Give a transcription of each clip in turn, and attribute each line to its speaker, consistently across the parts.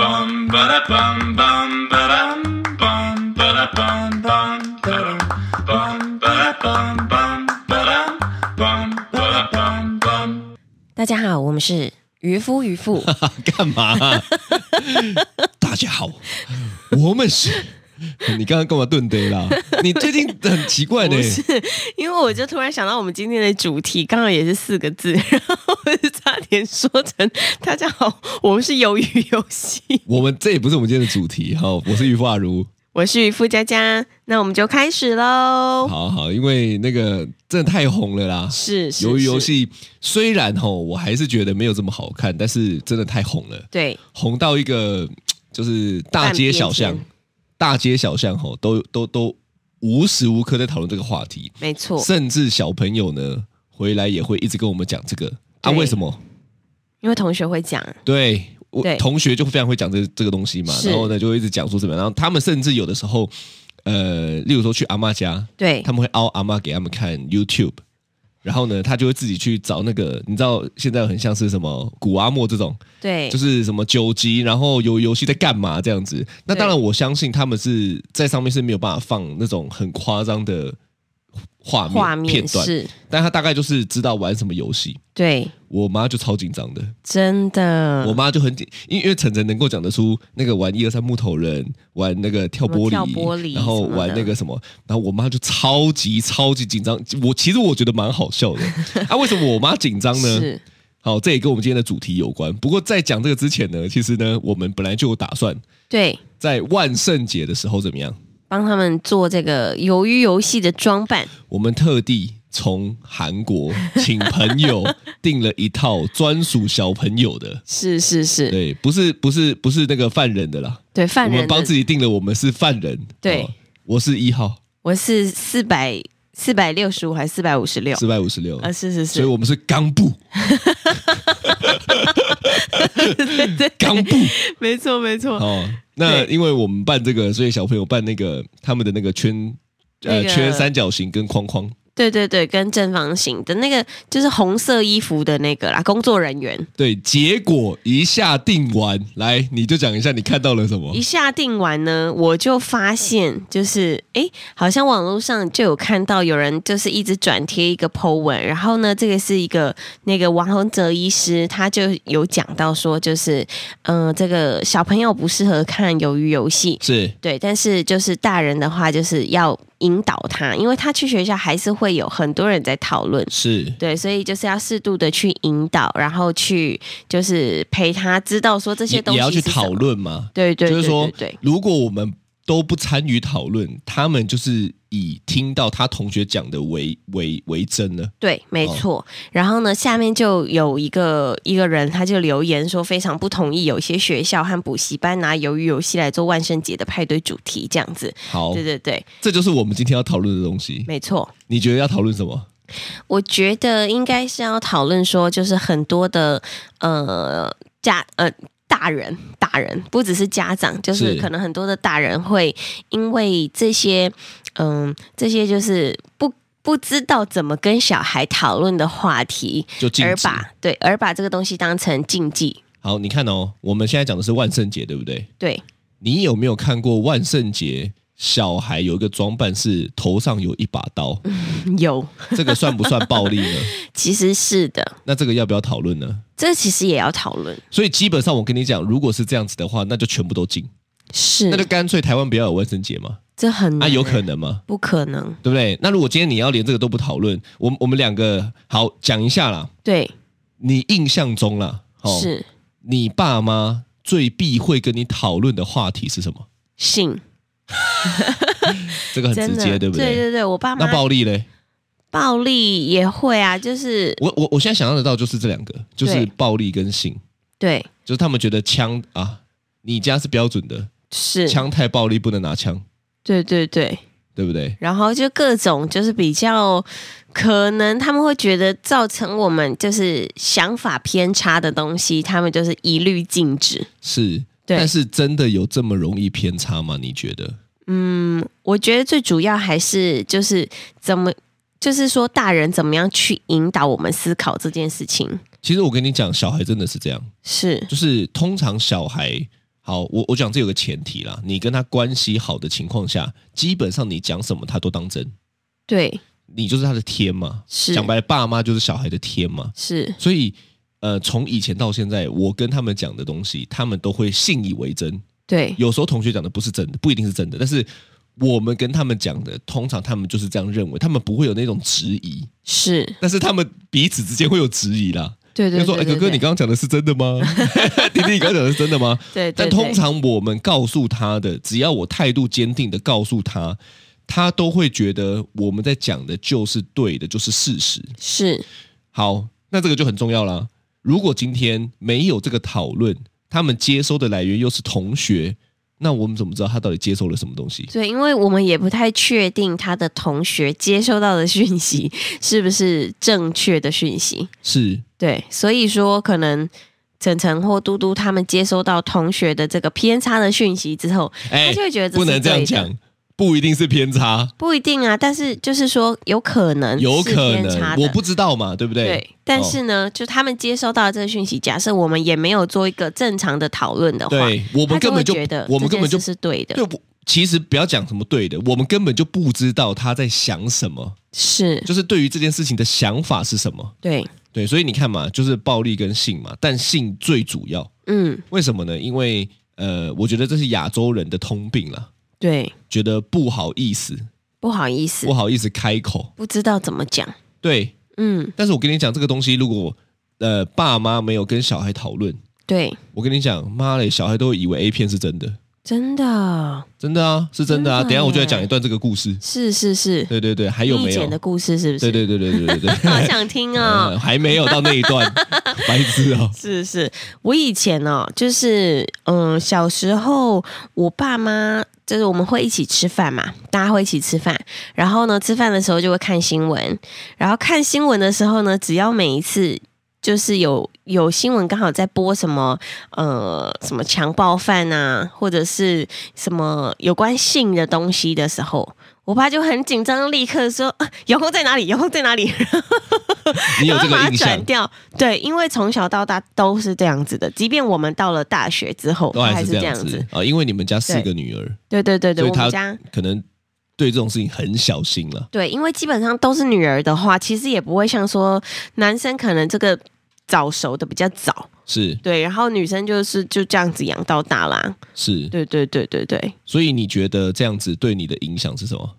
Speaker 1: bum ba da bum bum ba dum bum ba da bum bum ba dum bum ba da bum bum ba dum bum ba da bum bum.
Speaker 2: 大家好，我们是渔夫渔 妇，
Speaker 3: 干嘛、大家好，我们是。你刚刚干嘛顿呆啦？你最近很奇怪呢、
Speaker 2: 不是，因为我就突然想到我们今天的主题刚好也是四个字， 然后我就差点说成大家好，我们是鱿鱼游戏，
Speaker 3: 我们这也不是我们今天的主题哈、我是于化如，
Speaker 2: 我是渔夫佳佳，那我们就开始喽。
Speaker 3: 好好，因为那个真的太红了啦。
Speaker 2: 哦是是
Speaker 3: 由于游
Speaker 2: 是
Speaker 3: 戏虽然吼、我还是觉得没有这么好看，但是真的太红了，
Speaker 2: 对
Speaker 3: 红到一个就是大街小
Speaker 2: 半
Speaker 3: 巷
Speaker 2: 边，
Speaker 3: 大街小巷吼、都都都无时无刻在讨论这个话题。
Speaker 2: 没错，
Speaker 3: 甚至小朋友呢回来也会一直跟我们讲这个啊，
Speaker 2: 对
Speaker 3: 为什么？
Speaker 2: 因为同学会讲，
Speaker 3: 对我
Speaker 2: 对
Speaker 3: 同学就非常会讲这这个东西嘛，
Speaker 2: 是
Speaker 3: 然后呢就会一直讲说怎么样，然后他们甚至有的时候，呃，例如说去阿妈家，
Speaker 2: 对
Speaker 3: 他们会凹阿妈给他们看 YouTube。然后呢，他就会自己去找那个，你知道现在很像是什么古阿莫这种，
Speaker 2: 对，
Speaker 3: 就是什么九级，然后有游戏在干嘛这样子。那当然，我相信他们是在上面是没有办法放那种很夸张的画面
Speaker 2: 画
Speaker 3: 片
Speaker 2: 面
Speaker 3: 段，
Speaker 2: 是，
Speaker 3: 但他大概就是知道玩什么游戏。
Speaker 2: 对，
Speaker 3: 我妈就超紧张的，
Speaker 2: 真的，
Speaker 3: 我妈就很紧，因为因为晨晨能够讲得出那个玩一二三木头人，玩那个跳玻璃，
Speaker 2: 什么跳玻璃
Speaker 3: 然后
Speaker 2: 什么的
Speaker 3: 玩那个什么，然后我妈就超级超级紧张。我其实我觉得蛮好 笑的，啊，为什么我妈紧张呢？
Speaker 2: 是
Speaker 3: 好，这也跟我们今天的主题有关。不过在讲这个之前呢，其实呢，我们本来就有打算
Speaker 2: 对。
Speaker 3: 在万圣节的时候怎么样？
Speaker 2: 帮他们做这个鱿鱼游戏的装扮，
Speaker 3: 我们特地从韩国请朋友订了一套专属小朋友的。
Speaker 2: 是是是，
Speaker 3: 对，不是不是不是那个犯人的啦，
Speaker 2: 对犯
Speaker 3: 我
Speaker 2: 人
Speaker 3: 们帮
Speaker 2: 的
Speaker 3: 自己定了，我们是犯人。
Speaker 2: 对哦
Speaker 3: 哦我是一号，
Speaker 2: 我是四百四百六十五还是四百五十六？
Speaker 3: 四百五十六，
Speaker 2: 啊，是是
Speaker 3: 所以
Speaker 2: 是，
Speaker 3: 我们是冈部， 冈 部
Speaker 2: 没错没错，
Speaker 3: 哦。那
Speaker 2: 对
Speaker 3: 因为我们办这个，所以小朋友办那个他们的那个圈，呃，
Speaker 2: 那个
Speaker 3: 圈三角形跟框框，
Speaker 2: 对对对，跟正方形的那个就是红色衣服的那个啦，工作人员
Speaker 3: 对，结果一下定完，来你就讲一下你看到了什么
Speaker 2: 一？下定完呢，我就发现就是哎，诶好像网络上就有看到有人就是一直转贴一个 po 文，然后呢，这个是一个那个王洪哲医师，他就有讲到说，就是嗯、呃这个小朋友不适合看鱿鱼游戏，
Speaker 3: 是
Speaker 2: 对，但是就是大人的话，就是要引导他，因为他去学校还是会有很多人在讨论，
Speaker 3: 是，
Speaker 2: 对，所以就是要适度的去引导，然后去就是陪他知道说这些
Speaker 3: 也
Speaker 2: 东西
Speaker 3: 也要去
Speaker 2: 是什么
Speaker 3: 讨，论嘛。
Speaker 2: 对对，
Speaker 3: 就是说
Speaker 2: 对对对，
Speaker 3: 如果我们都不参与讨论，他们就是以听到他同学讲的为为为真了。
Speaker 2: 对，没
Speaker 3: 哦
Speaker 2: 错。然后呢，下面就有一个一个人，他就留言说非常不同意有些学校和补习班拿鱿鱼游戏来做万圣节的派对主题这样子，
Speaker 3: 好
Speaker 2: 对，对对，
Speaker 3: 这就是我们今天要讨论的东西。
Speaker 2: 没错。
Speaker 3: 你觉得要讨论什么？
Speaker 2: 我觉得应该是要讨论说，就是很多的呃家呃大人大人，不只是家长，就是
Speaker 3: 是
Speaker 2: 可能很多的大人会因为这些嗯、这些就是不不知道怎么跟小孩讨论的话题，
Speaker 3: 就禁
Speaker 2: 而
Speaker 3: 止。
Speaker 2: 把对而把这个东西当成禁忌，
Speaker 3: 好，你看哦，我们现在讲的是万圣节，对不对？
Speaker 2: 对
Speaker 3: 你有没有看过万圣节小孩有一个装扮是头上有一把 刀？
Speaker 2: 有
Speaker 3: 这个算不算暴 力呢？
Speaker 2: 其实是的，
Speaker 3: 那这个要不要讨论呢？
Speaker 2: 这其实也要讨论，
Speaker 3: 所以基本上我跟你讲，如果是这样子的话，那就全部都禁，那就是干脆台湾不要有万圣节嘛？
Speaker 2: 这很
Speaker 3: 啊，
Speaker 2: 难
Speaker 3: 有可
Speaker 2: 欸
Speaker 3: 能吗？
Speaker 2: 不可能？
Speaker 3: 对不对？那如果今天你要连这个都不讨论，我们我们两个好讲一下啦。
Speaker 2: 对，
Speaker 3: 你印象中啦，哦，
Speaker 2: 是
Speaker 3: 你爸妈最避讳跟你讨论的话题是什么？
Speaker 2: 性
Speaker 3: 这个很
Speaker 2: 真
Speaker 3: 直
Speaker 2: 的
Speaker 3: 接，对不
Speaker 2: 对
Speaker 3: 对？
Speaker 2: 对对，我爸妈
Speaker 3: 那暴力嘞？
Speaker 2: 暴力也会啊，就是
Speaker 3: 我我我现在想象得到就是这两个，就是
Speaker 2: 对
Speaker 3: 暴力跟性，
Speaker 2: 对，
Speaker 3: 就是他们觉得枪啊，你家是标准的，
Speaker 2: 是，
Speaker 3: 枪太暴力不能拿枪，
Speaker 2: 对对对，
Speaker 3: 对不对？
Speaker 2: 然后就各种就是比较可能他们会觉得造成我们就是想法偏差的东西，他们就是一律禁止。
Speaker 3: 是，
Speaker 2: 对
Speaker 3: 但是真的有这么容易偏差吗？你觉得？
Speaker 2: 嗯，我觉得最主要还是就是怎么。就是说，大人怎么样去引导我们思考这件事情？
Speaker 3: 其实我跟你讲，小孩真的是这样。
Speaker 2: 是
Speaker 3: 就是通常小孩好，我我讲这有个前提啦，你跟他关系好的情况下，基本上你讲什么他都当真，
Speaker 2: 对，
Speaker 3: 你就是他的天嘛。
Speaker 2: 是
Speaker 3: 讲白了，爸妈就是小孩的天嘛。
Speaker 2: 是
Speaker 3: 所以，呃，从以前到现在，我跟他们讲的东西，他们都会信以为真。
Speaker 2: 对，
Speaker 3: 有时候同学讲的不是真的，不一定是真的，但是我们跟他们讲的，通常他们就是这样认为，他们不会有那种质疑，
Speaker 2: 是，
Speaker 3: 但是他们彼此之间会有质疑啦。
Speaker 2: 对对对
Speaker 3: 就说：“哎、
Speaker 2: 对对
Speaker 3: 哥哥，你刚刚讲的是真的吗？ 弟弟，你刚刚讲的是真的吗？”
Speaker 2: 对，对
Speaker 3: 但通常我们告诉他的，只要我态度坚定的告诉他，他都会觉得我们在讲的就是对的，就是事实。
Speaker 2: 对是
Speaker 3: 好，那这个就很重要啦。如果今天没有这个讨论，他们接收的来源又是同学，那我们怎么知道他到底接收了什么东西？
Speaker 2: 对，因为我们也不太确定他的同学接收到的讯息是不是正确的讯息，
Speaker 3: 是
Speaker 2: 对，所以说可能晨晨或嘟嘟他们接收到同学的这个偏差的讯息之后，
Speaker 3: 哎
Speaker 2: 他就，会觉得这
Speaker 3: 不
Speaker 2: 是
Speaker 3: 能这样
Speaker 2: 对的
Speaker 3: 讲，不一定是偏差，
Speaker 2: 不一定啊，但是就是说有可能
Speaker 3: 有
Speaker 2: 嗯是
Speaker 3: 可
Speaker 2: 偏差
Speaker 3: 能
Speaker 2: 的
Speaker 3: 我不知道嘛，对不对？哦
Speaker 2: 对，但是呢，就他们接收到的这个讯息，假设我们也没有做一个正常的讨论的话，
Speaker 3: 对我们
Speaker 2: 他
Speaker 3: 根
Speaker 2: 会
Speaker 3: 本就
Speaker 2: 觉得
Speaker 3: 我们
Speaker 2: 这
Speaker 3: 根本
Speaker 2: 件
Speaker 3: 就
Speaker 2: 事是对的，
Speaker 3: 对，我其实不要讲什么对的，我们根本就不知道他在想 什么，
Speaker 2: 是
Speaker 3: 就是对于这件事情的想法是什么。
Speaker 2: 对，
Speaker 3: 对，所以你看嘛，就是暴力跟性嘛，但性最主要，
Speaker 2: 嗯，
Speaker 3: 为什么呢？因为呃，我觉得这是亚洲人的通病啦，
Speaker 2: 对，
Speaker 3: 觉得不好意思，
Speaker 2: 不好意思，
Speaker 3: 不好意思开口。
Speaker 2: 不知道怎么讲，
Speaker 3: 对，
Speaker 2: 嗯，
Speaker 3: 但是我跟你讲，这个东西如果呃爸妈没有跟小孩讨论，
Speaker 2: 对，
Speaker 3: 我跟你讲，妈嘞，小孩都会以为 A 片是真的，
Speaker 2: 真的
Speaker 3: 真的啊，是真的啊。
Speaker 2: 真的
Speaker 3: 等一下我就来
Speaker 2: 耶
Speaker 3: 讲一段这个故事。
Speaker 2: 是是是，
Speaker 3: 对对对，还有
Speaker 2: 你以
Speaker 3: 没有
Speaker 2: 前？的故事是不
Speaker 3: 对
Speaker 2: 是？
Speaker 3: 对对对对对 对。
Speaker 2: 好想听哦
Speaker 3: 嗯，。还没有到那一 段，白痴哦、
Speaker 2: 是是，我以前哦，就是嗯，小时候我爸妈就是我们会一起吃饭嘛，大家会一起吃饭，然后呢，吃饭的时候就会看新闻，然后看新闻的时候呢，只要每一次。就是有有新闻刚好在播什么呃什么强暴犯啊，或者是什么有关性的东西的时候，我爸就很紧张，立刻说啊遥控在哪里？遥控在哪里？
Speaker 3: 你有
Speaker 2: 然
Speaker 3: 这
Speaker 2: 后把
Speaker 3: 个
Speaker 2: 它
Speaker 3: 印
Speaker 2: 转
Speaker 3: 象，
Speaker 2: 掉，对，因为从小到大都是这样子的，即便我们到了大学之后，
Speaker 3: 都
Speaker 2: 它
Speaker 3: 还
Speaker 2: 还
Speaker 3: 是
Speaker 2: 是
Speaker 3: 这
Speaker 2: 这
Speaker 3: 样
Speaker 2: 样
Speaker 3: 子
Speaker 2: 子。
Speaker 3: 啊、因为你们家四个女儿，
Speaker 2: 对对对对，
Speaker 3: 所以
Speaker 2: 我
Speaker 3: 他
Speaker 2: 们家
Speaker 3: 可能对这种事情很小心了。
Speaker 2: 对，因为基本上都是女儿的话，其实也不会像说男生可能这个早熟的比较早，
Speaker 3: 是
Speaker 2: 对，然后女生就是就这样子养到大啦。
Speaker 3: 是，
Speaker 2: 对对对对对，
Speaker 3: 所以你觉得这样子对你的影响是什么？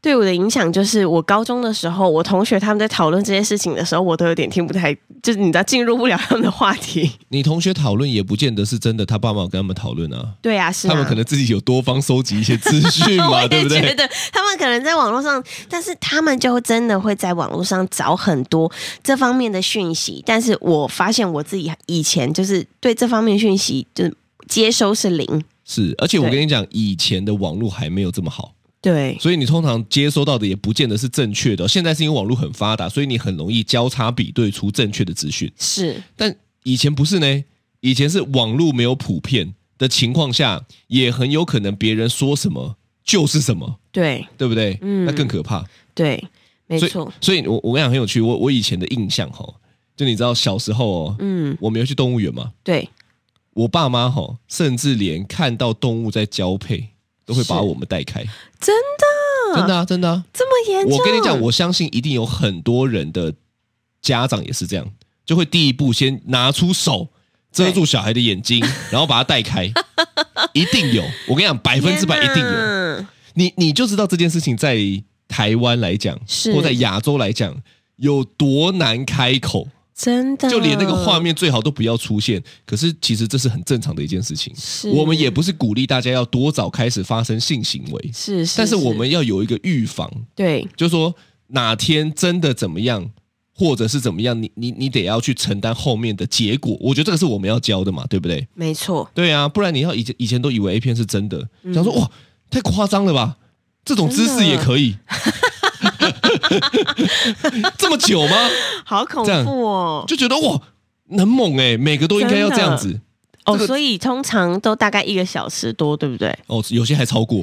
Speaker 2: 对我的影响就是，我高中的时候，我同学他们在讨论这些事情的时候，我都有点听不太，就是你知道进入不了他们的话题。
Speaker 3: 你同学讨论也不见得是真的，他爸妈有跟他们讨论啊，
Speaker 2: 对啊，是啊，
Speaker 3: 他们可能自己有多方收集一些资讯 嘛，
Speaker 2: 我
Speaker 3: 对
Speaker 2: 也
Speaker 3: 不
Speaker 2: 觉
Speaker 3: 对？
Speaker 2: 得他们可能在网络上，但是他们就真的会在网络上找很多这方面的讯息。但是我发现我自己以前就是对这方面讯息就是接收是零，
Speaker 3: 是，而且我
Speaker 2: 对
Speaker 3: 跟你讲，以前的网络还没有这么好，
Speaker 2: 对
Speaker 3: 所以你通常接收到的也不见得是正确的。哦现在是因为网络很发达，所以你很容易交叉比对出正确的资讯。
Speaker 2: 是，
Speaker 3: 但以前不是呢，以前是网络没有普遍的情况下，也很有可能别人说什么就是什么，
Speaker 2: 对
Speaker 3: 对不对？
Speaker 2: 嗯
Speaker 3: 那更可怕。
Speaker 2: 对，没
Speaker 3: 所以
Speaker 2: 错，，
Speaker 3: 所以我我跟你讲很有趣，我我以前的印象哈，就你知道小时候哦，
Speaker 2: 嗯，
Speaker 3: 我没有去动物园嘛，
Speaker 2: 对，
Speaker 3: 我爸妈哈，甚至连看到动物在交配。都会把
Speaker 2: 是
Speaker 3: 我们带开，
Speaker 2: 真的
Speaker 3: 真的啊，真的啊！
Speaker 2: 这么严重？
Speaker 3: 我跟你讲，我相信一定有很多人的家长也是这样，就会第一步先拿出手遮住小孩的眼睛，然后把他带开，一定有。我跟你讲，百分之百一定有。
Speaker 2: 有，
Speaker 3: 你你就知道这件事情在台湾来讲，
Speaker 2: 是
Speaker 3: 或在亚洲来讲有多难开口，
Speaker 2: 真的，
Speaker 3: 就连那个画面最好都不要出现。可是其实这是很正常的一件事情。
Speaker 2: 是，
Speaker 3: 我们也不是鼓励大家要多早开始发生性行为，
Speaker 2: 是，是
Speaker 3: 但是我们要有一个预防。
Speaker 2: 对
Speaker 3: 就说哪天真的怎么样，或者是怎么样，你你你得要去承担后面的结果。我觉得这个是我们要教的嘛，对不对？
Speaker 2: 没错，
Speaker 3: 对啊，不然你要以前以前都以为 A 片是真的，想说哇太夸张了吧，这种姿势也可以，这么久吗？
Speaker 2: 好恐
Speaker 3: 这样
Speaker 2: 怖哦。
Speaker 3: 就觉得哇很猛哎、每个都应该要这样子
Speaker 2: 哦
Speaker 3: 这，个
Speaker 2: 所以通常都大概一个小时多，对不对？
Speaker 3: 哦，有些还超过。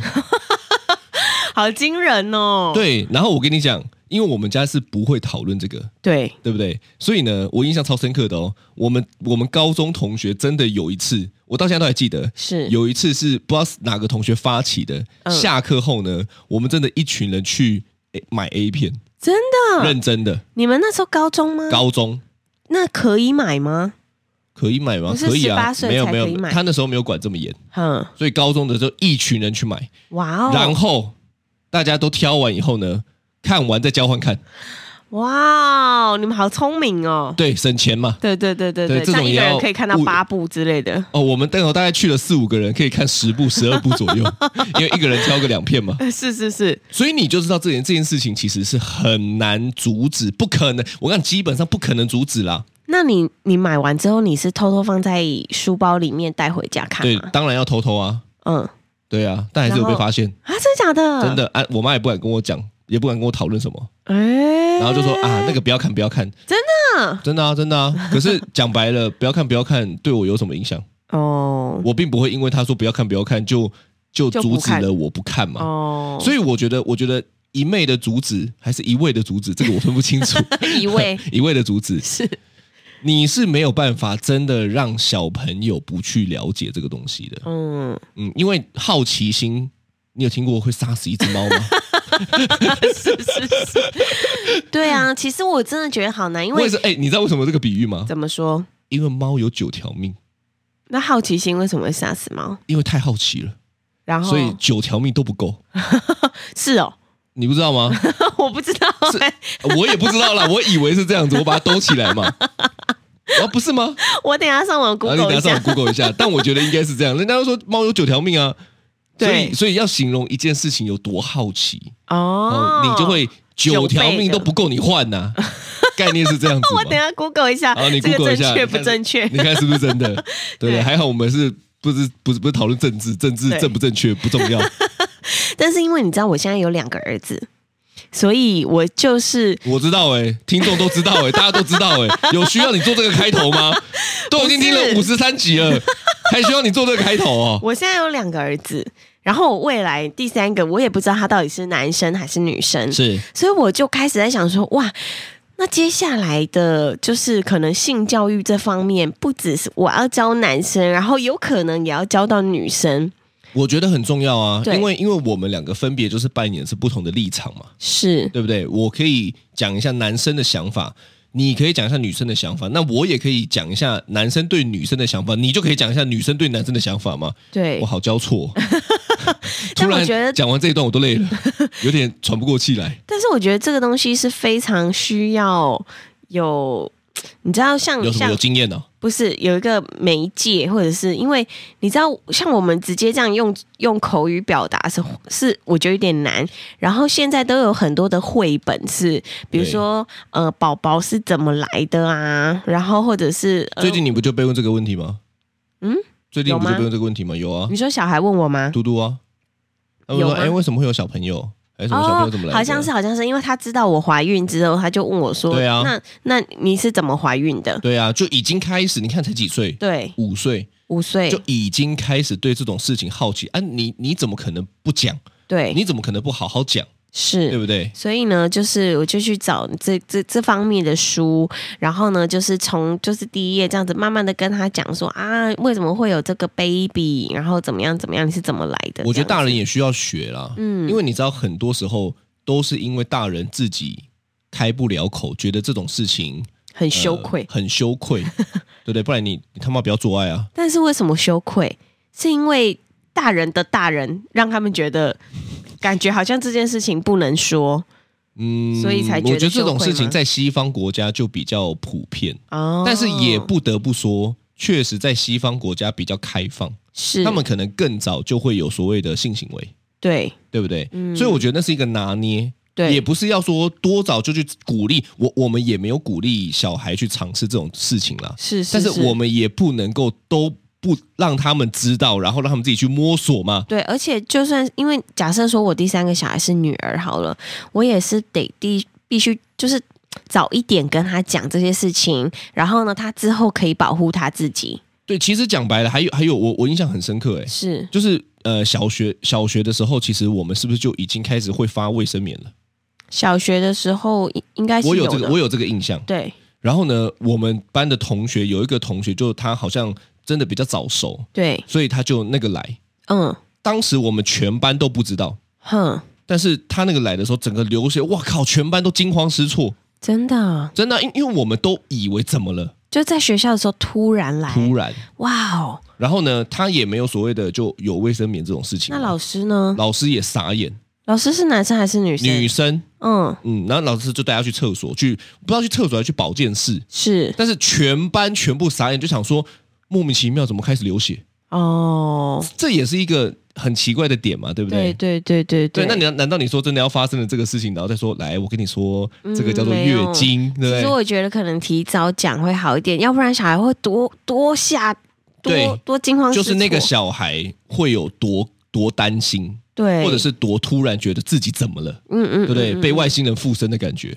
Speaker 2: 好惊人哦！，
Speaker 3: 对，然后我跟你讲，因为我们家是不会讨论这个，
Speaker 2: 对，
Speaker 3: 对不对？所以呢，我印象超深刻的哦。我们我们高中同学真的有一次，我到现在都还记得，
Speaker 2: 是
Speaker 3: 有一次是不知道是哪个同学发起的。
Speaker 2: 嗯
Speaker 3: 下课后呢，我们真的一群人去诶买 A 片，
Speaker 2: 真的。
Speaker 3: 认真的。
Speaker 2: 你们那时候高中吗？
Speaker 3: 高中
Speaker 2: 那可以买吗？
Speaker 3: 可以买吗
Speaker 2: 不？是
Speaker 3: 可以啊
Speaker 2: 18，岁
Speaker 3: 没有
Speaker 2: 才
Speaker 3: 没
Speaker 2: 可以
Speaker 3: 有，
Speaker 2: 买
Speaker 3: 他那时候没有管这么严，
Speaker 2: 嗯，
Speaker 3: 所以高中的时候一群人去买，
Speaker 2: 哇哦，
Speaker 3: 然后大家都挑完以后呢，看完再交换看，
Speaker 2: 哇哦，你们好聪明哦。
Speaker 3: 对，省钱嘛。
Speaker 2: 对对对对
Speaker 3: 对
Speaker 2: 这
Speaker 3: 这
Speaker 2: 样
Speaker 3: 种
Speaker 2: 一
Speaker 3: 也
Speaker 2: 个
Speaker 3: 要
Speaker 2: 人可以看到八部之类 的。
Speaker 3: 哦，我们那时候大概去了四五个人，可以看十部、十二部左 右，因为一个人挑个两片嘛。
Speaker 2: 是是是，
Speaker 3: 所以你就知道这件这件事情其实是很难阻止，不可能，我讲基本上不可能阻止啦。
Speaker 2: 那你你买完之后，你是偷偷放在书包里面带回家看
Speaker 3: 对
Speaker 2: 吗？，
Speaker 3: 当然要偷偷啊，
Speaker 2: 嗯，
Speaker 3: 对啊，但还是有被发现，
Speaker 2: 啊，真的假的？
Speaker 3: 真。的啊，我妈也不敢跟我讲，也不敢跟我讨论什么，
Speaker 2: 哎、
Speaker 3: 然后就说啊，那个不要看，不要看，
Speaker 2: 真的
Speaker 3: 真的啊，真的啊。可是讲白了，不要看，不要看，对我有什么影响？
Speaker 2: 哦
Speaker 3: 我并不会因为她说不要看，不要看，就就
Speaker 2: 就不
Speaker 3: 阻止
Speaker 2: 看
Speaker 3: 了我不看嘛。
Speaker 2: 哦，
Speaker 3: 啊所以我觉得，我觉得一昧的阻止还是一味的阻止，这个我分不清楚。
Speaker 2: 以一位
Speaker 3: 一味的阻 止，
Speaker 2: 是
Speaker 3: 你是没有办法真的让小朋友不去了解这个东西的。
Speaker 2: 嗯，
Speaker 3: 嗯，因为好奇心，你有听过会杀死一只猫吗？
Speaker 2: 是是是，对啊，其实我真的觉得好 难，因
Speaker 3: 我
Speaker 2: 为
Speaker 3: 也是，哎、你知道为什么这个比喻吗？
Speaker 2: 怎么说？
Speaker 3: 因为猫有九条命，
Speaker 2: 那好奇心为什么会杀死猫？
Speaker 3: 因为太好奇了，
Speaker 2: 然后
Speaker 3: 所以九条命都不够。
Speaker 2: 是哦，
Speaker 3: 你不知道吗？
Speaker 2: 我不知道、
Speaker 3: 是
Speaker 2: 哎
Speaker 3: 我也不知道啦，我以为是这样子，我把它兜起来嘛。啊，不是吗？
Speaker 2: 我等一下上网
Speaker 3: 然
Speaker 2: Google
Speaker 3: 后啊你
Speaker 2: 一
Speaker 3: 拿上
Speaker 2: 下
Speaker 3: 网。Google 一下，但我觉得应该是这样。人家都说猫有九条命啊，所
Speaker 2: 对
Speaker 3: 以所以要形容一件事情有多好奇，
Speaker 2: 哦
Speaker 3: 哦，，你 就会九条命都不够你换呐、概念是这样子
Speaker 2: 哦 我等一
Speaker 3: 嘛。
Speaker 2: 下 Google 一下，
Speaker 3: 然后哦你
Speaker 2: 这
Speaker 3: Google
Speaker 2: 个
Speaker 3: 一下，
Speaker 2: 正确不
Speaker 3: 你看
Speaker 2: 正确
Speaker 3: 你？看是不是真 的？对不
Speaker 2: 对
Speaker 3: 对？还好我们是不是不是不是讨论政治，政治
Speaker 2: 对
Speaker 3: 正不正确不重 要。
Speaker 2: 但是因为你知道我现在有两个儿子，所以我就是
Speaker 3: 我知道哎、听众都知道哎、大家都知道哎、 有需要你做这个开头吗？都已经听了
Speaker 2: 不
Speaker 3: 五十三集 了，还需要你做这个开头哦？
Speaker 2: 我现在有两个儿子，然后我未来第三个我也不知道他到底是男生还是女生，
Speaker 3: 是
Speaker 2: 所以我就开始在想说，哇。那接下来的就是可能性教育这方面，不只是我要教男生，然后有可能也要教到女生。
Speaker 3: 我觉得很重要啊，
Speaker 2: 对
Speaker 3: 因为因为我们两个分别就是扮演是不同的立场嘛，
Speaker 2: 是，
Speaker 3: 对不对？我可以讲一下男生的想法，你可以讲一下女生的想法，那我也可以讲一下男生对女生的想法，你就可以讲一下女生对男生的想法嘛。
Speaker 2: 对
Speaker 3: 我，好交错哦，
Speaker 2: 但
Speaker 3: 突
Speaker 2: 我
Speaker 3: 然
Speaker 2: 觉得
Speaker 3: 讲完这一段我都累了，有点喘不过气来。
Speaker 2: 但是我觉得这个东西是非常需要有，你知道像
Speaker 3: 有什么
Speaker 2: 像
Speaker 3: 有经验啊呢、
Speaker 2: 不是有一个媒介，或者是因为你知道，像我们直接这样用用口语表达是是，我觉得有点难。然后现在都有很多的绘本是，比如
Speaker 3: 对
Speaker 2: 说呃，宝宝是怎么来的啊，然后或者是、呃、
Speaker 3: 最近你不就被问这个问题吗？
Speaker 2: 嗯，
Speaker 3: 最近你不
Speaker 2: 有
Speaker 3: 就
Speaker 2: 吗
Speaker 3: 被问这个问题吗？有啊
Speaker 2: 你，说小孩问我吗？
Speaker 3: 嘟嘟啊，
Speaker 2: 有吗
Speaker 3: 他们说
Speaker 2: 哦
Speaker 3: 哎、为什么会有小朋友？哎，什么小朋友怎么来的、
Speaker 2: 好像是好像是，因为他知道我怀孕之后，他就问我说：“
Speaker 3: 对啊
Speaker 2: 那那你是怎么怀孕的
Speaker 3: 对啊，就已经开始，你看才几岁？”，
Speaker 2: 对，
Speaker 3: 五岁
Speaker 2: 五岁
Speaker 3: 就，已经开始对这种事情好奇啊！你你怎么可能不讲？
Speaker 2: 对，
Speaker 3: 你怎么可能不好好讲，
Speaker 2: 是
Speaker 3: 对不对？
Speaker 2: 所以呢，就是我就去找这这这方面的书，然后呢，就是从就是第一页这样子，慢慢的跟他讲说啊，为什么会有这个 baby，然后怎么样怎么样，你是怎么来的？
Speaker 3: 我觉得
Speaker 2: 这样
Speaker 3: 大
Speaker 2: 子
Speaker 3: 人也需要学啦，
Speaker 2: 嗯
Speaker 3: 嗯，因为你知道，很多时候都是因为大人自己开不了口，觉得这种事情
Speaker 2: 很
Speaker 3: 呃
Speaker 2: 羞愧，
Speaker 3: 很羞 愧，对不对？不然你你他妈不要做爱啊！
Speaker 2: 但是为什么羞愧？是因为大人的大人让他们觉得。感觉好像这件事情不能说
Speaker 3: 嗯，
Speaker 2: 所以才觉得
Speaker 3: 我觉得这
Speaker 2: 羞
Speaker 3: 种
Speaker 2: 愧
Speaker 3: 事
Speaker 2: 吗
Speaker 3: 情在西方国家就比较普遍，
Speaker 2: 哦，
Speaker 3: 但是也不得不说，确实在西方国家比较开放，
Speaker 2: 是
Speaker 3: 他们可能更早就会有所谓的性行为，
Speaker 2: 对
Speaker 3: 对不对？
Speaker 2: 嗯
Speaker 3: 所以我觉得那是一个拿捏，
Speaker 2: 对
Speaker 3: 也不是要说多早就去鼓励我，我们也没有鼓励小孩去尝试这种事情啦。
Speaker 2: 是是，
Speaker 3: 但是我们也不能够都不让他们知道，然后让他们自己去摸索嘛。
Speaker 2: 对，而且就算因为假设说我第三个小孩是女儿好了，我也是得第必须就是早一点跟她讲这些事情，然后呢，她之后可以保护她自己。
Speaker 3: 对，其实讲白了，还有还有，我我印象很深刻、欸，
Speaker 2: 是
Speaker 3: 就是呃，小学小学的时候，其实我们是不是就已经开始会发卫生棉了？
Speaker 2: 小学的时候应应该是
Speaker 3: 我有
Speaker 2: 的，
Speaker 3: 这个，我有这个印象。
Speaker 2: 对
Speaker 3: 然后呢，我们班的同学有一个同学，就他好像真的比较早熟，
Speaker 2: 对，
Speaker 3: 所以他就那个来。
Speaker 2: 嗯
Speaker 3: 当时我们全班都不知道，
Speaker 2: 哼，
Speaker 3: 但是他那个来的时候，整个流血，哇靠，全班都惊慌失措，
Speaker 2: 真的啊
Speaker 3: 真的啊、因因为我们都以为怎么了，
Speaker 2: 就在学校的时候突然来，
Speaker 3: 突然。
Speaker 2: 哇哦！
Speaker 3: 然后呢，他也没有所谓的就有卫生棉这种事情。啊
Speaker 2: 那老师呢？
Speaker 3: 老师也傻眼，
Speaker 2: 老师是男生还是女生？
Speaker 3: 女生，
Speaker 2: 嗯，
Speaker 3: 嗯，然后老师就带他去厕所，去不知道去厕所还是去保健室，
Speaker 2: 是
Speaker 3: 但是全班全部傻眼，就想说莫名其妙怎么开始流血，
Speaker 2: 哦，
Speaker 3: 这也是一个很奇怪的点嘛，对不
Speaker 2: 对对对对
Speaker 3: 对，那你难道你说真的要发生了这个事情，然后再说来，我跟你说这个叫做月经，
Speaker 2: 嗯其实
Speaker 3: 对不对？
Speaker 2: 我觉得可能提早讲会好一点，要不然小孩会多多吓多
Speaker 3: 对
Speaker 2: 多惊慌失
Speaker 3: 就
Speaker 2: 措，
Speaker 3: 是那个小孩会有多多担心，
Speaker 2: 对，
Speaker 3: 或者是多突然觉得自己怎么了，
Speaker 2: 嗯嗯，
Speaker 3: 对不对？
Speaker 2: 嗯嗯
Speaker 3: 被外星人附身的 感觉，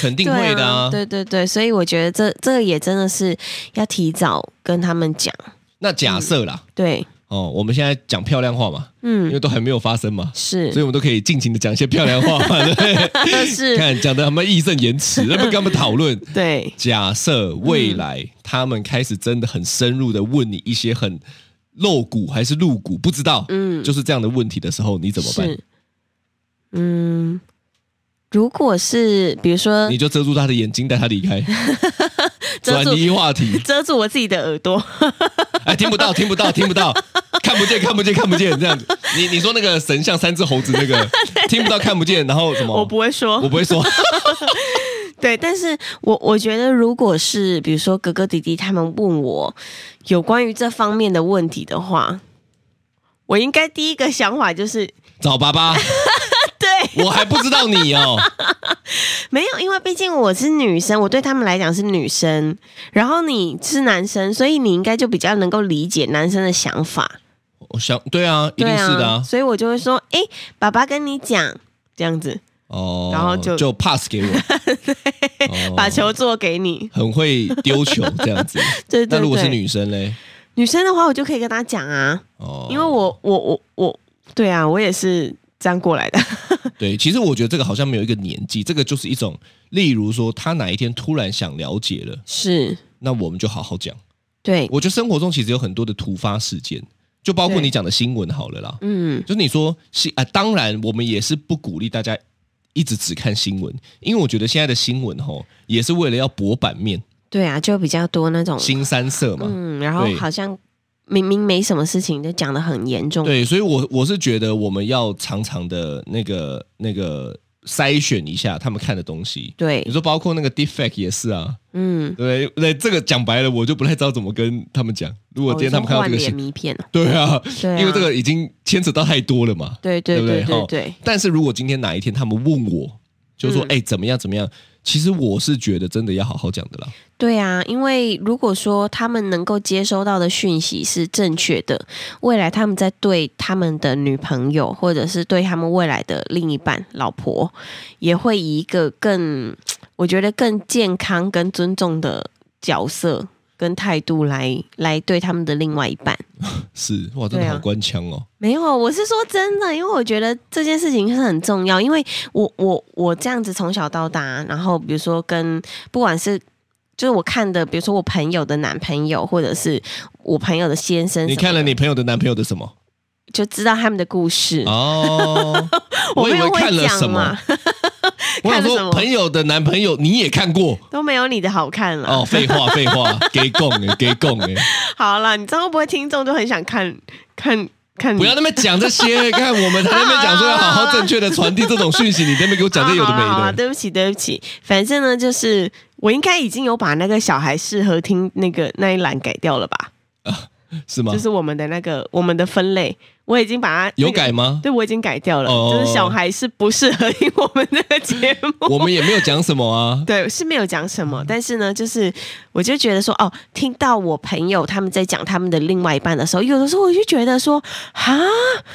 Speaker 3: 肯定
Speaker 2: 对
Speaker 3: 会的啊。
Speaker 2: 对对对，所以我觉得这这也真的是要提早跟他们讲，
Speaker 3: 那假设啦，
Speaker 2: 对，
Speaker 3: 哦，我们现在讲漂亮话嘛，因
Speaker 2: 嗯，
Speaker 3: 为都还没有发生嘛，所以
Speaker 2: 是啊
Speaker 3: 我们都可以尽情的讲一些漂亮话嘛，对不对？
Speaker 2: 是，
Speaker 3: 看讲的他们义正言辞，那不 跟他们讨论。
Speaker 2: 对，
Speaker 3: 假设未来、
Speaker 2: 嗯
Speaker 3: 他们开始真的很深入的问你一些很露骨还是露骨不知道，
Speaker 2: 嗯
Speaker 3: 就是这样的问题的时候，你怎么办？
Speaker 2: 是，嗯，如果是比如说
Speaker 3: 你就遮住他的眼睛，带他离开，
Speaker 2: 遮
Speaker 3: 转
Speaker 2: 住
Speaker 3: 移话 题。
Speaker 2: 遮住我自己的耳朵，
Speaker 3: 哎，听不到，听不到，听不到，看不见，看不见，看不见，这样子。你你说那个神像三只猴子那 个，听不到，看不见，然后什么？
Speaker 2: 我不会说，
Speaker 3: 哦我不 会说。
Speaker 2: 对，但是我我觉得，如果是比如说哥哥弟弟他们问我有关于这方面的问题的话，我应该第一个想法就是
Speaker 3: 找爸爸，
Speaker 2: 对，
Speaker 3: 我还不知道你哦。
Speaker 2: 没有，因为毕竟我是女生，我对他们来讲是女生，然后你是男生，所以你应该就比较能够理解男生的想法，
Speaker 3: 我想，对啊，一
Speaker 2: 对
Speaker 3: 定
Speaker 2: 啊，
Speaker 3: 是的啊。
Speaker 2: 所以我就会说，哎，爸爸跟你讲这样子，
Speaker 3: 哦，
Speaker 2: 然后就
Speaker 3: 就 pass 给我，哦
Speaker 2: 把球做给你，
Speaker 3: 很会丢球这样子。
Speaker 2: 对对对。
Speaker 3: 那如果是女生嘞？
Speaker 2: 女生的话，我就可以跟她讲啊，
Speaker 3: 哦，
Speaker 2: 因为我我我我，对啊，我也是这样过来的。
Speaker 3: 对，其实我觉得这个好像没有一个年纪，这个就是一种，例如说他哪一天突然想了解了，
Speaker 2: 是，
Speaker 3: 那我们就好好讲。
Speaker 2: 对，
Speaker 3: 我觉得生活中其实有很多的突发事件，就包括
Speaker 2: 对
Speaker 3: 你讲的新闻好了啦。
Speaker 2: 嗯，
Speaker 3: 就是你说新啊，当然我们也是不鼓励大家一直只看新闻，因为我觉得现在的新闻吼也是为了要博版面，
Speaker 2: 对啊，就比较多那种，
Speaker 3: 新三色嘛。
Speaker 2: 嗯，然后
Speaker 3: 对
Speaker 2: 好像明明没什么事情，就讲的很严重。
Speaker 3: 对，所以我我是觉得我们要常常的那个那个筛选一下他们看的东西。你
Speaker 2: 对，
Speaker 3: 说包括那个 defect 也是啊，
Speaker 2: 嗯，
Speaker 3: 对不对对，这个讲白了我就不太知道怎么跟他们讲。如果今天他们看到这个
Speaker 2: 哦你说换脸
Speaker 3: 新，
Speaker 2: 迷片了，
Speaker 3: 对啊，
Speaker 2: 对啊
Speaker 3: 因为这个已经牵扯到太多了嘛。
Speaker 2: 对对
Speaker 3: 对不
Speaker 2: 对
Speaker 3: 对
Speaker 2: 对
Speaker 3: 哈
Speaker 2: 对，
Speaker 3: 但是如果今天哪一天他们问我，就说
Speaker 2: 嗯
Speaker 3: 哎、怎么样怎么样，其实我是觉得真的要好好讲的啦。
Speaker 2: 对啊，因为如果说他们能够接收到的讯息是正确的，未来他们在对他们的女朋友，或者是对他们未来的另一半、老婆，也会以一个更，我觉得更健康、跟尊重的角色跟态度来来对他们的另外一半。
Speaker 3: 是哇，真
Speaker 2: 对
Speaker 3: 的
Speaker 2: 啊
Speaker 3: 好官腔哦。
Speaker 2: 没有，我是说真的，因为我觉得这件事情是很重要，因为我我我这样子从小到大，然后比如说跟不管是就是我看的，比如说我朋友的男朋友，或者是我朋友的先生什么的，
Speaker 3: 你看了你朋友的男朋友的什么？
Speaker 2: 就知道他们的故事。
Speaker 3: 哦，
Speaker 2: 嗯 我
Speaker 3: 以
Speaker 2: 没
Speaker 3: 为
Speaker 2: 有会
Speaker 3: 看了
Speaker 2: 讲
Speaker 3: 什么
Speaker 2: 嘛，，
Speaker 3: 我
Speaker 2: 看
Speaker 3: 想
Speaker 2: 了什
Speaker 3: 说
Speaker 2: 么
Speaker 3: 朋友的男朋友你也看 过
Speaker 2: 都没有你的好看了。
Speaker 3: 哦，废话废话，给供 哎，给供哎，
Speaker 2: 好了，你知道会不会听众就很想看看看你？
Speaker 3: 不要那么讲这些，看我们在那边讲说要好好正确的传递这种讯息，你在那边给我讲这有 的
Speaker 2: 啊好啦好啦
Speaker 3: 没的。
Speaker 2: 对不起，对不起，反正呢，就是我应该已经有把那个小孩适合听那个那一栏改掉了吧？
Speaker 3: 是吗
Speaker 2: 就？是我们的那个我们的分类，我已经把它、
Speaker 3: 有改。吗？
Speaker 2: 对，我已经改掉了，
Speaker 3: 哦
Speaker 2: 就是小孩是不适合听我们这个节目。
Speaker 3: 我们嗯也没有讲什么 啊。
Speaker 2: 对，是没有讲什么，但是呢，就是我就觉得说，哦，听到我朋友他们在讲他们的另外一半的时候，有的时候我就觉得说，哈，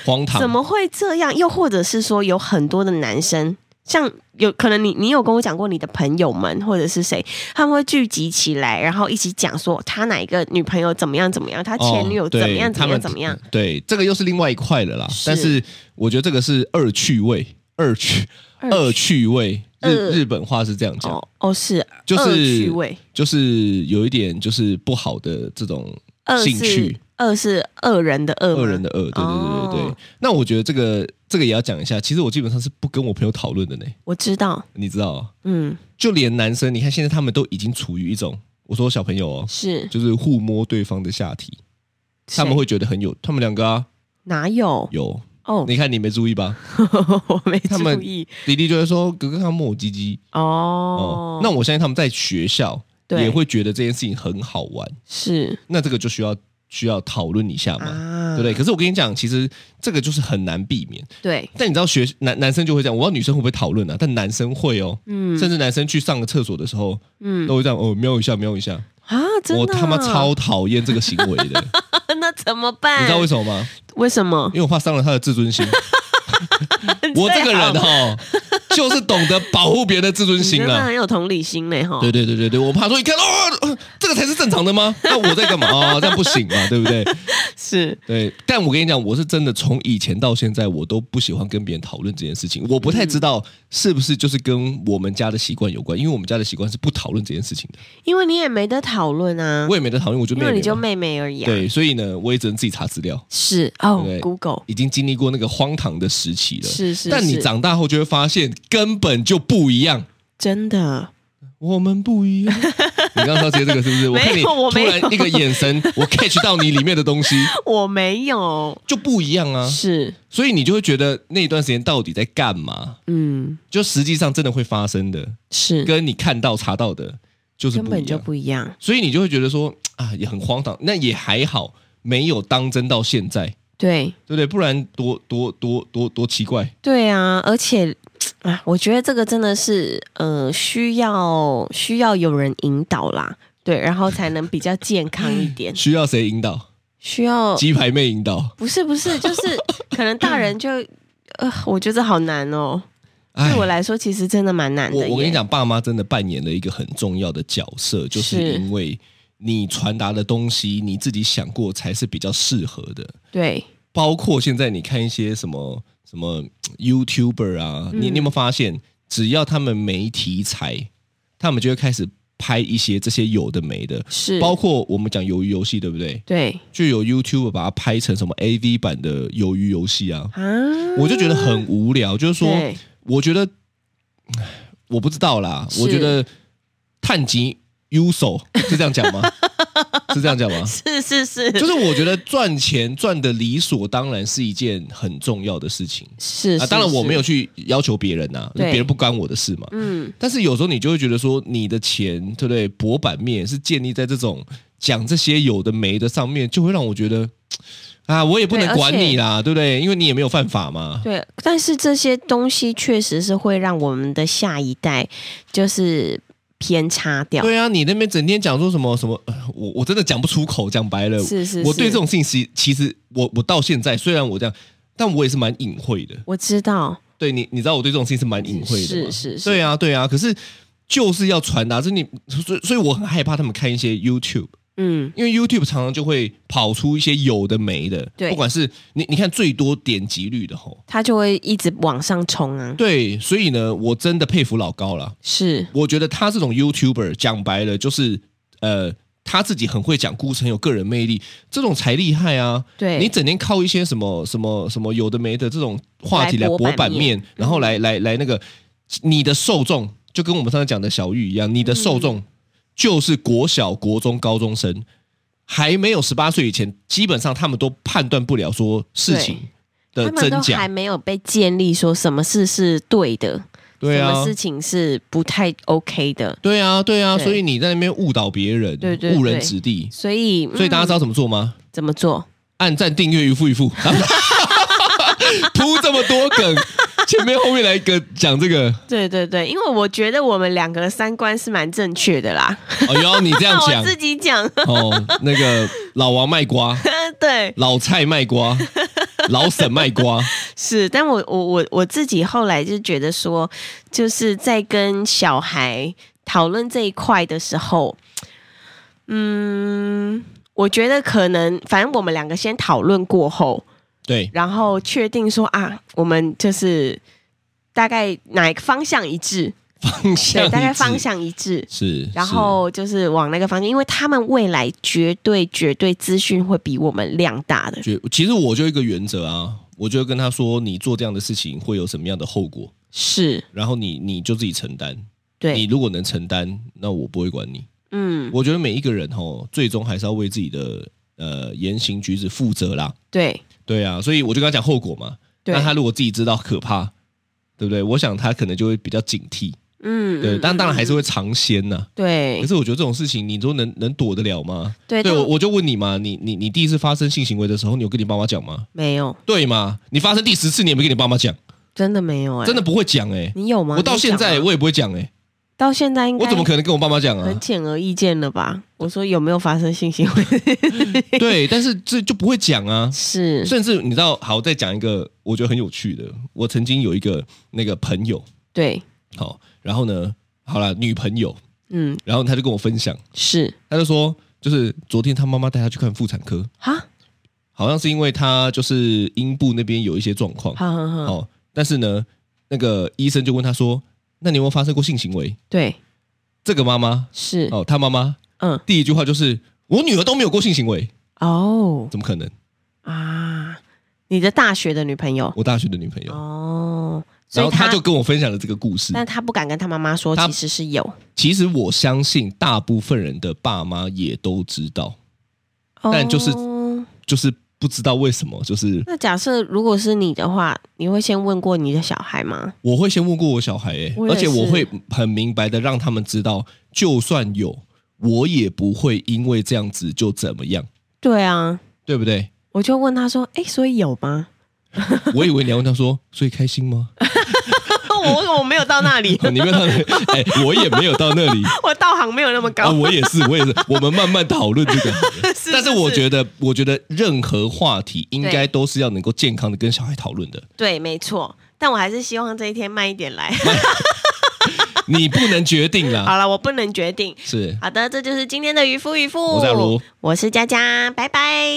Speaker 3: 荒唐，啊
Speaker 2: 怎么会这样？又或者是说，有很多的男生，像有可能你你有跟我讲过，你的朋友们或者是谁，他们会聚集起来，然后一起讲说他哪一个女朋友怎么样怎么样，他前女友
Speaker 3: 哦
Speaker 2: 怎
Speaker 3: 对
Speaker 2: 么样怎
Speaker 3: 他
Speaker 2: 么样
Speaker 3: 们
Speaker 2: 怎么样。
Speaker 3: 对，这个又是另外一块了啦。
Speaker 2: 是
Speaker 3: 但是我觉得这个是二趣味，二趣恶趣味，
Speaker 2: 恶
Speaker 3: 日日本话是这样
Speaker 2: 嗯
Speaker 3: 讲，
Speaker 2: 哦哦是，
Speaker 3: 就
Speaker 2: 恶
Speaker 3: 是
Speaker 2: 趣味，
Speaker 3: 就是有一点就是不好的这种
Speaker 2: 恶
Speaker 3: 兴
Speaker 2: 是
Speaker 3: 趣，
Speaker 2: 恶是恶人的恶吗，
Speaker 3: 恶人的恶，对对对对对。
Speaker 2: 哦
Speaker 3: 那我觉得这个这个也要讲一下，其实我基本上是不跟我朋友讨论的呢，
Speaker 2: 我知道，
Speaker 3: 你知道啊，
Speaker 2: 嗯，
Speaker 3: 就连男生，你看现在他们都已经处于一种，我说小朋友哦，
Speaker 2: 是
Speaker 3: 就是互摸对方的下体，他们
Speaker 2: 谁
Speaker 3: 会觉得很有，他们两个啊
Speaker 2: 哪有
Speaker 3: 有，
Speaker 2: 哦？
Speaker 3: 你看你没注意吧？
Speaker 2: 我没
Speaker 3: 他们
Speaker 2: 注意
Speaker 3: 弟弟就会说哥哥他摸我鸡鸡哦
Speaker 2: 哦，，
Speaker 3: 那我相信他们在学校
Speaker 2: 对
Speaker 3: 也会觉得这件事情很好玩，
Speaker 2: 是
Speaker 3: 那这个就需要需要讨论一下嘛。
Speaker 2: 啊，
Speaker 3: 对不对？可是我跟你讲，其实这个就是很难避免。
Speaker 2: 对，
Speaker 3: 但你知道学男男生就会这样，我不知道女生会不会讨论啊？但男生会哦，
Speaker 2: 嗯
Speaker 3: 甚至男生去上个厕所的时候，
Speaker 2: 嗯
Speaker 3: 都会这样哦，瞄一下，瞄一下。
Speaker 2: 啊，真的
Speaker 3: 我
Speaker 2: 啊，
Speaker 3: 他妈超讨厌这个行为的，
Speaker 2: 那怎么办？
Speaker 3: 你知道为什么吗？
Speaker 2: 为什么
Speaker 3: 因？为我怕伤了他的自 尊心。我这个人哦，就是懂得保护别人的自尊
Speaker 2: 啊你
Speaker 3: 心
Speaker 2: 真的
Speaker 3: 啊。
Speaker 2: 很有同理心嘞哈。
Speaker 3: 对对对对对，我怕说你看哦，呃这个才是正常的吗？那我在干嘛啊、哦？这样不行嘛，对不对？
Speaker 2: 是
Speaker 3: 对，但我跟你讲，我是真的从以前到现在，我都不喜欢跟别人讨论这件事情。我不太知道是不是就是跟我们家的习惯有关，因为我们家的习惯是不讨论这件事情的。
Speaker 2: 因为你也没得讨论啊，
Speaker 3: 我也没得讨论，我就
Speaker 2: 因
Speaker 3: 妹
Speaker 2: 为你
Speaker 3: 妹
Speaker 2: 就
Speaker 3: 嘛。
Speaker 2: 妹妹而已啊。，
Speaker 3: 对，所以呢，我也只能自己查资料。
Speaker 2: 是哦
Speaker 3: 对
Speaker 2: ，Google
Speaker 3: 已经经历过那个荒唐的时期了。
Speaker 2: 是是，
Speaker 3: 但你
Speaker 2: 是
Speaker 3: 长大后就会发现根本就不一样，
Speaker 2: 真的
Speaker 3: 我们不一样。 你刚刚要接这个是不是？我看
Speaker 2: 没
Speaker 3: 你
Speaker 2: 有我
Speaker 3: 突
Speaker 2: 没有
Speaker 3: 然一个眼神， 我 catch 到你里面的东西
Speaker 2: 我没有，
Speaker 3: 就不一样 啊，
Speaker 2: 是
Speaker 3: 所以你就会觉得那段时间到底在干嘛？
Speaker 2: 嗯
Speaker 3: 就实际上真的会发生的，
Speaker 2: 是
Speaker 3: 跟你看到查到的，就是
Speaker 2: 根
Speaker 3: 不一
Speaker 2: 本就
Speaker 3: 样。
Speaker 2: 不一样，
Speaker 3: 所以你就会觉得说啊，也很荒唐。那也还好，没有当真到现在，
Speaker 2: 对
Speaker 3: 对不对？不然多多多多多奇怪。。
Speaker 2: 对啊，而且。啊，我觉得这个真的是，呃，需要需要有人引导啦，对，然后才能比较健康一点
Speaker 3: 需要谁引导？
Speaker 2: 需要
Speaker 3: 鸡排妹引导。
Speaker 2: 不是不是，就是可能大人 就，呃，我觉得好难哦。
Speaker 3: 哎
Speaker 2: 对我来说，其实真的蛮难的
Speaker 3: 我我跟
Speaker 2: 耶
Speaker 3: 你，讲，爸妈真的扮演了一个很重要的角色，就是
Speaker 2: 是
Speaker 3: 因为你传达的东西，你自己想过才是比较适合的。
Speaker 2: 对，
Speaker 3: 包括现在你看一些什么什么 YouTuber 啊，
Speaker 2: 嗯
Speaker 3: 你你有没有发现，只要他们没题材，他们就会开始拍一些这些有的没的，
Speaker 2: 是，
Speaker 3: 包括我们讲鱿鱼游戏，对不对？
Speaker 2: 对
Speaker 3: 就有 YouTuber 把它拍成什么 AV 版的鱿鱼游戏啊，
Speaker 2: 啊，
Speaker 3: 我就觉得很无聊。就是说，
Speaker 2: 对
Speaker 3: 我觉得唉我不知道啦，
Speaker 2: 是
Speaker 3: 我觉得探及 u s o 是这样讲 吗？是这样讲吗？
Speaker 2: 是是是
Speaker 3: 就是我觉得赚钱赚的理所当然是一件很重要的事情
Speaker 2: 是
Speaker 3: 啊，当然我没，有
Speaker 2: 是
Speaker 3: 去要求别人呐、啊
Speaker 2: 对
Speaker 3: 别人不干我的事嘛。
Speaker 2: 嗯，
Speaker 3: 但是有时候你就会觉得说，你的钱对不对？博版面是建立在这种讲这些有的没的上面，就会让我觉得啊，我也不能
Speaker 2: 对而
Speaker 3: 管
Speaker 2: 且
Speaker 3: 你啦，对不对？因为你也没有犯法嘛。
Speaker 2: 对，但是这些东西确实是会让我们的下一代就是偏差掉，
Speaker 3: 对啊，你那边整天讲说什么什么，呃我我真的讲不出口，讲白了，
Speaker 2: 是是，
Speaker 3: 我对
Speaker 2: 是
Speaker 3: 这种事情其其实我我到现在虽然我这样，但我也是蛮隐晦的。
Speaker 2: 我知道，
Speaker 3: 对你，你知道我对这种事情是蛮隐晦的嘛，
Speaker 2: 是是是
Speaker 3: 对啊，对啊。可是就是要传达，这你，所以所以我很害怕他们看一些 YouTube，
Speaker 2: 嗯，
Speaker 3: 因为 YouTube 常常就会跑出一些有的没的，
Speaker 2: 对
Speaker 3: 不管是你你看最多点击率的吼，
Speaker 2: 他就会一直往上冲啊，
Speaker 3: 对，所以呢，我真的佩服老高了。
Speaker 2: 是
Speaker 3: 我觉得他这种 YouTuber 讲白了就是呃。他自己很会讲故事，很有个人魅力，这种才厉害啊！
Speaker 2: 对，
Speaker 3: 你整天靠一些什么什么什么有的没的这种话题来
Speaker 2: 来博
Speaker 3: 博
Speaker 2: 版
Speaker 3: 版
Speaker 2: 面嗯
Speaker 3: 面，然后来来来那个你的受众，就跟我们上次讲的小玉一样，你的
Speaker 2: 嗯
Speaker 3: 受众就是国小、国中、高中生，还没有十八岁以前，基本上他们都判断不了说事情的
Speaker 2: 他们
Speaker 3: 真
Speaker 2: 都还
Speaker 3: 假。
Speaker 2: 没有被建立说什么事是对的，
Speaker 3: 对
Speaker 2: 什
Speaker 3: 啊
Speaker 2: 么，事情是不太 OK 的，
Speaker 3: 对啊，对啊，
Speaker 2: 对
Speaker 3: 所以你在那边误导别人，
Speaker 2: 对对
Speaker 3: 误人
Speaker 2: 对
Speaker 3: 子弟。
Speaker 2: 所以嗯
Speaker 3: 所以大家知道怎么做吗？
Speaker 2: 怎么做？
Speaker 3: 按赞、订阅、一付一付，铺这么多梗，前面后面来一个讲这个。
Speaker 2: 对对对，因为我觉得我们两个的三观是蛮正确的啦。
Speaker 3: 哦哟，你这样
Speaker 2: 我
Speaker 3: 讲
Speaker 2: 自己讲，
Speaker 3: 哦，那个老王卖瓜，
Speaker 2: 对，
Speaker 3: 老蔡卖瓜，老沈卖瓜，
Speaker 2: 是，但我我我我自己后来就觉得说，就是在跟小孩讨论这一块的时候，嗯，我觉得可能，反正我们两个先讨论过后，
Speaker 3: 对
Speaker 2: 然后确定说啊，我们就是大概哪个方向一致，
Speaker 3: 方向
Speaker 2: 对，大概
Speaker 3: 一致
Speaker 2: 方向一致。
Speaker 3: 是，
Speaker 2: 然
Speaker 3: 是
Speaker 2: 后就是往那个方向，因为他们未来绝对绝对资讯会比我们量大的，
Speaker 3: 觉其实我就一个原则啊，我就跟他说，你做这样的事情会有什么样的后果，
Speaker 2: 是
Speaker 3: 然后你你就自己承担。你
Speaker 2: 对，
Speaker 3: 如果能承担，那我不会管你。
Speaker 2: 嗯，
Speaker 3: 我觉得每一个人哦，最终还是要为自己的呃言行举止负责啦。
Speaker 2: 对
Speaker 3: 对啊，所以我就跟他讲后果嘛。
Speaker 2: 对
Speaker 3: 那，他如果自己知道可怕，对不对？我想他可能就会比较警惕。
Speaker 2: 嗯，
Speaker 3: 对，
Speaker 2: 嗯
Speaker 3: 但当
Speaker 2: 嗯
Speaker 3: 然还是会尝鲜呐、可
Speaker 2: 对
Speaker 3: 是我觉得这种事情，你说能能躲得了吗？
Speaker 2: 对
Speaker 3: 对，
Speaker 2: 但
Speaker 3: 我我就问你嘛，你你你第一次发生性行为的时候，你有跟你爸妈讲吗？
Speaker 2: 没有，
Speaker 3: 对嘛？你发生第十次，你也没跟你爸妈讲，
Speaker 2: 真的没有哎、
Speaker 3: 真的不会讲哎、
Speaker 2: 你有吗？
Speaker 3: 我到现在
Speaker 2: 你讲吗啊
Speaker 3: 我也不会讲哎、
Speaker 2: 到现在应该
Speaker 3: 我怎么可能跟我爸妈讲啊
Speaker 2: 很？显而易见了吧？我说有没有发生性行为？
Speaker 3: 对，但是这就不会讲啊。
Speaker 2: 是
Speaker 3: 甚至你知道，好，我再讲一个我觉得很有趣的。我曾经有一个那个朋友，
Speaker 2: 对，
Speaker 3: 好，然后呢，好了，女朋友，
Speaker 2: 嗯，
Speaker 3: 然后他就跟我分享，
Speaker 2: 是
Speaker 3: 他就说，就是昨天他妈妈带他去看妇产科，
Speaker 2: 哈，
Speaker 3: 好像是因为他就是阴部那边有一些状况，
Speaker 2: 好好好，
Speaker 3: 好，但是呢，那个医生就问他说，那你有没有发生过性行为？
Speaker 2: 对，
Speaker 3: 这个妈妈
Speaker 2: 是，
Speaker 3: 哦，他妈妈
Speaker 2: 嗯，
Speaker 3: 第一句话就是我女儿都没有过性行为，
Speaker 2: 哦
Speaker 3: 怎么可能？
Speaker 2: 啊，你的大学的女朋友
Speaker 3: 我大学的女朋友，
Speaker 2: 哦，所
Speaker 3: 然
Speaker 2: 以
Speaker 3: 后他就跟我分享了这个故事。
Speaker 2: 但他不敢跟他妈妈说，
Speaker 3: 他
Speaker 2: 其实是有，
Speaker 3: 其实我相信大部分人的爸妈也都知道，但就是
Speaker 2: 哦
Speaker 3: 就是不知道为什么，就是
Speaker 2: 那假设如果是你的话，你会先问过你的小孩吗？
Speaker 3: 我会先问过我小孩、欸，
Speaker 2: 我也
Speaker 3: 而且我
Speaker 2: 是
Speaker 3: 会很明白的让他们知道，就算有，我也不会因为这样子就怎么样，
Speaker 2: 对啊，
Speaker 3: 对不对？
Speaker 2: 我就问他说，哎、所以有吗？
Speaker 3: 我以为你要问他说，所以开心吗？，
Speaker 2: 我我没有到那 里
Speaker 3: 你没有到那里，哎、我也没有到那里。
Speaker 2: 我道行没有那么
Speaker 3: 啊，
Speaker 2: 高。
Speaker 3: 我也是，我也是，我们慢慢讨论这个。
Speaker 2: 是
Speaker 3: 但是我觉得，我觉得任何话题应该都是要能够健康的跟小孩讨论的。
Speaker 2: 对，没错。但我还是希望这一天慢一点来。
Speaker 3: 你不能决定啦，
Speaker 2: 好了，我不能决定。
Speaker 3: 是
Speaker 2: 好的，这就是今天的渔夫渔夫。
Speaker 3: 我是阿如，
Speaker 2: 我是佳佳，拜拜。